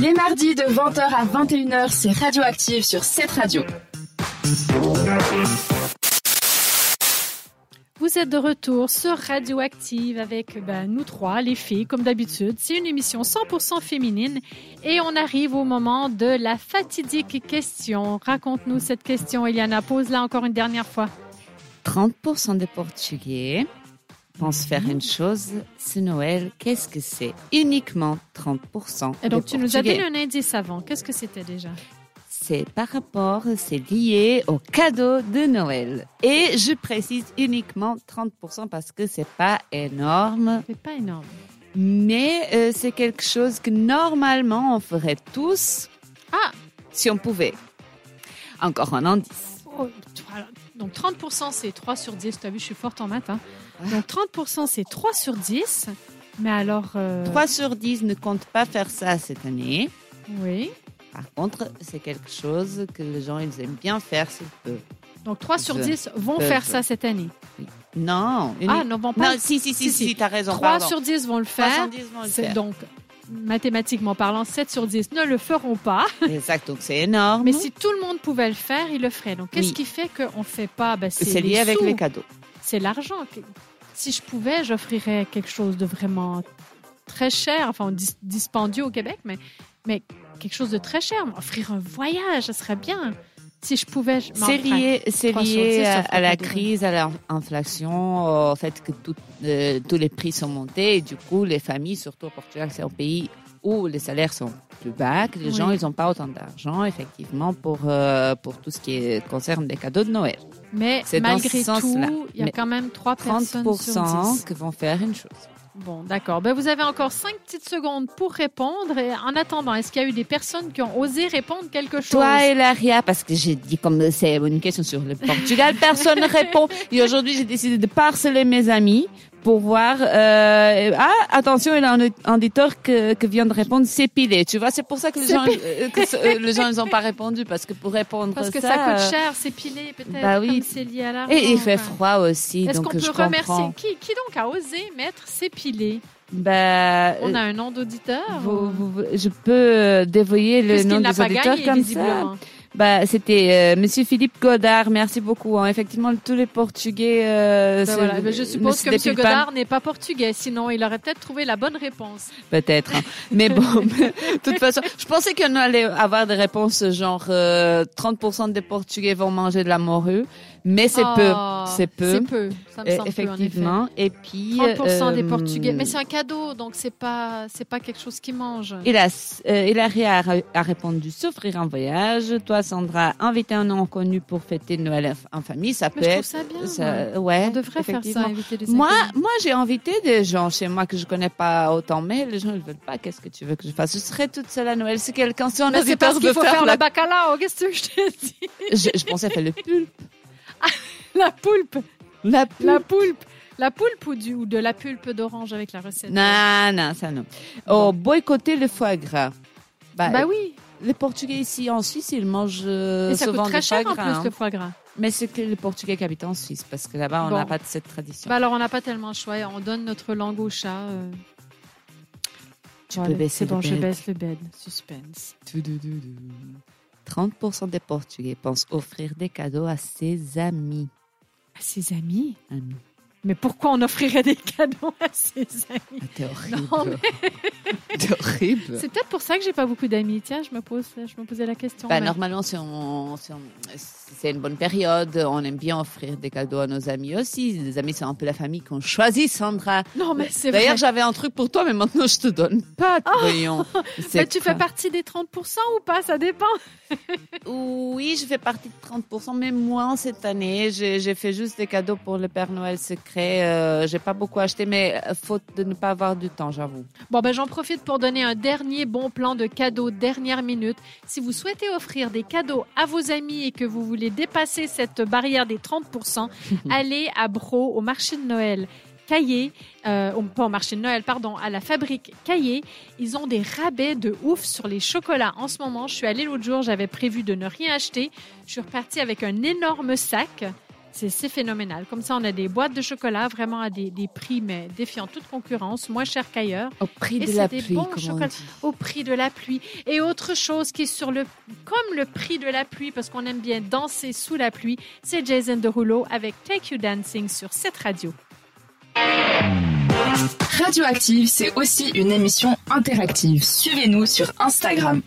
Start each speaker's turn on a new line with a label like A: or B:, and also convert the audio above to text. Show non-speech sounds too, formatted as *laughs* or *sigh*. A: Les mardis de 20h à 21h, c'est Radioactive sur cette radio.
B: Vous êtes de retour sur Radioactive avec ben, nous trois, les filles, comme d'habitude. C'est une émission 100% féminine et on arrive au moment de la fatidique question. Raconte-nous cette question, Eliana. Pose-la encore une dernière fois.
C: 30% des Portugais pensent faire une chose, c'est Noël. Qu'est-ce que c'est Uniquement 30%.
B: Et donc,
C: des
B: tu nous as
C: Portugais.
B: donné un indice avant. Qu'est-ce que c'était déjà?
C: C'est par rapport, c'est lié au cadeau de Noël. Et je précise uniquement 30% parce que c'est pas énorme,
B: C'est pas énorme.
C: mais euh, c'est quelque chose que normalement on ferait tous
B: Ah!
C: si on pouvait. Encore un indice.
B: Oh, voilà. Donc 30% c'est 3 sur 10. Tu as vu, je suis forte en maths. hein.
C: Ah.
B: Donc 30% c'est 3 sur 10. Mais alors... euh,
C: 3 sur 10 ne compte pas faire ça cette année.
B: Oui.
C: Par contre, c'est quelque chose que les gens ils aiment bien faire s'ils peuvent.
B: Donc 3 sur
C: Je-
B: 10 vont
C: Euh,
B: faire
C: je-
B: ça cette année.
C: Non, une-
B: Ah non, vont
C: non,
B: pas.
C: si, si,
B: si,
C: si,
B: si.
C: si, t'as raison.
B: 3
C: pardon.
B: sur 10 vont le
C: 3
B: faire.
C: sur 10 vont le
B: C'est
C: faire.
B: donc mathématiquement parlant 7 sur 10 ne le feront pas.
C: Ah Exact, donc c'est énorme.
B: Mais si tout le monde pouvait le faire, ils le feraient. Donc qu'est-ce
C: Oui.
B: qui fait qu'on ne fait pas Ben,
C: c'est
B: les
C: lié avec
B: sous.
C: les cadeaux.
B: c'est l'argent. Que- Si je pouvais, j'offrirais quelque chose de vraiment très cher, enfin dis- dispendieux au Québec, mais, mais quelque chose de très cher. Offrir un voyage, ça serait bien. Si je pouvais, je m'en
C: C'est lié, c'est
B: trois sur
C: lié
B: dix,
C: à,
B: ça fait
C: à la
B: cadeau.
C: crise, à l'inflation, au fait que tout, euh, tous les prix sont montés et du coup les familles, surtout au Portugal, c'est un pays où les salaires sont plus bas, que les
B: Oui.
C: gens ils n'ont pas autant d'argent effectivement pour euh, pour tout ce qui est- concerne les cadeaux de Noël.
B: Mais
C: C'est dans
B: malgré
C: ce sens-là.
B: tout, il y a
C: Mais
B: quand même 3 personnes sur
C: 30%
B: 10.
C: que vont faire une chose.
B: Bon, d'accord. Ben, vous avez encore 5 petites secondes pour répondre. Et en attendant, est-ce qu'il y a eu des personnes qui ont osé répondre quelque chose?
C: Toi, Hilaria, parce que j'ai dit comme c'est une question sur le Portugal, *laughs* personne ne répond. Et aujourd'hui, j'ai décidé de parceler mes amis pour voir. euh, ah, attention, il y a un auditeur que, que vient de répondre, c'est pilé. Tu vois, c'est pour ça que les gens, euh, que ce- euh, les gens, ils n'ont pas répondu parce que pour répondre
B: Parce que ça,
C: ça,
B: coûte
C: euh,
B: cher, s'épiler peut-être,
C: bah oui.
B: comme c'est lié à l'argent.
C: Et il fait
B: enfin.
C: froid aussi,
B: Est-ce
C: donc
B: qu'on peut
C: je
B: remercier
C: comprends.
B: qui, qui donc a osé mettre s'épiler
C: Bah,
B: On a un nom d'auditeur
C: vous- vous- vous- je peux euh, dévoyer le
B: Puisqu'il
C: nom
B: n'a
C: des
B: pas
C: auditeurs
B: gagné,
C: comme ça.
B: visiblement.
C: Bah, c'était euh, Monsieur Philippe Godard. Merci beaucoup. hein. Effectivement, tous les Portugais. Euh,
B: Ben
C: se-
B: voilà, ben je
C: ne
B: suppose
C: se
B: que M.
C: dépilent pas,
B: Godard n'est pas portugais, sinon il aurait peut-être trouvé la bonne réponse.
C: Peut-être. hein. Mais bon, *laughs* de toute façon, je pensais qu'on allait avoir des réponses genre euh, 30% des Portugais vont manger de la morue, mais c'est
B: Oh,
C: peu. C'est peu.
B: C'est peu, ça me
C: Euh,
B: semble
C: effectivement. Et puis.
B: peu, en effet. 30% des
C: euh,
B: Portugais, mais c'est un cadeau, donc c'est pas c'est pas quelque chose qu'ils mangent.
C: Hélas, euh, Hilaria a, ra- a répondu s'offrir un voyage. Toi, Sandra, inviter un non connu pour fêter Noël en famille, ça
B: Mais
C: peut
B: je trouve
C: être.
B: ça bien. ouais.
C: ça- ouais,
B: On devrait faire ça,
C: effectivement.
B: inviter les
C: Moi,
B: inconnus.
C: moi j'ai invité des gens chez moi que je connais pas autant, mais les gens ils veulent pas. Qu'est-ce que tu veux que je fasse Je serai toute seule à Noël. Si quelqu'un, si un
B: Mais c'est parce
C: auditeur veut
B: qu'il faut
C: faire,
B: faire
C: la...
B: le bacalao, qu'est-ce que je te dis
C: je, je pensais
B: *laughs*
C: faire le pulpe.
B: La poulpe
C: La pulpe.
B: La poulpe. La poulpe ou, du, ou de la pulpe d'orange avec la recette.
C: Non, non, ça non. Oh, boycotter le foie gras. Bah,
B: Bah oui,
C: Les Portugais ici en Suisse, ils mangent euh,
B: et ça
C: souvent
B: coûte très
C: du foie
B: cher en
C: gras,
B: plus
C: hein.
B: le foie gras.
C: Mais c'est que les Portugais qui habitent en Suisse, parce que là-bas on
B: Bon.
C: n'a pas de cette tradition.
B: Bah alors on n'a pas tellement le choix, on donne notre langue au chat. euh.
C: tu
B: Voilà,
C: peux baisser
B: C'est bon,
C: le
B: je
C: bed.
B: baisse le bed. Suspense.
C: Tout, tout, tout, tout. 30% des Portugais pensent offrir des cadeaux à ses amis.
B: À ses amis
C: Amis.
B: Mais pourquoi on offrirait des *laughs* cadeaux à ses amis
C: Ah, T'es horrible.
B: Non,
C: *laughs* T'es horrible.
B: C'est peut-être pour ça que j'ai pas beaucoup d'amis. Tiens, je me pose, je me posais la question.
C: Bah,
B: mais-
C: normalement, si on- si on- si c'est une bonne période. On aime bien offrir des cadeaux à nos amis aussi. Les amis, c'est un peu la famille qu'on choisit, Sandra.
B: Non, mais c'est vrai.
C: D'ailleurs, j'avais un truc pour toi, mais maintenant, je te donne pas. *laughs* Voyons.
B: Mais
C: C'est
B: Bah, tu
C: quoi
B: fais partie des 30% ou pas Ça dépend.
C: Oui, je fais partie de 30%, mais moins cette année. J'ai j'ai fait juste des cadeaux pour le Père Noël secret. Euh, J'ai pas beaucoup acheté, mais euh, faute de ne pas avoir du temps, j'avoue.
B: Bon, ben, j'en profite pour donner un dernier bon plan de cadeau dernière minute. Si vous souhaitez offrir des cadeaux à vos amis et que vous voulez dépasser cette barrière des 30%, allez à Bro au marché de Noël. Caillé, euh, au- pas au marché de Noël, pardon, à la fabrique Caillé, ils ont des rabais de ouf sur les chocolats. En ce moment, je suis allée l'autre jour, j'avais prévu de ne rien acheter. Je suis repartie avec un énorme sac C'est c'est phénoménal. Comme ça, on a des boîtes de chocolat vraiment à des, des prix, mais défiant toute concurrence, moins cher qu'ailleurs.
C: Au prix
B: Et
C: de
B: c'est
C: la
B: des
C: pluie,
B: bons
C: comme on
B: chocolats.
C: dit.
B: au prix de la pluie. Et autre chose qui est sur le, comme le prix de la pluie, parce qu'on aime bien danser sous la pluie, c'est Jason Derulo avec Take You Dancing sur cette radio.
A: Radioactive, c'est aussi une émission interactive. Suivez-nous sur Instagram.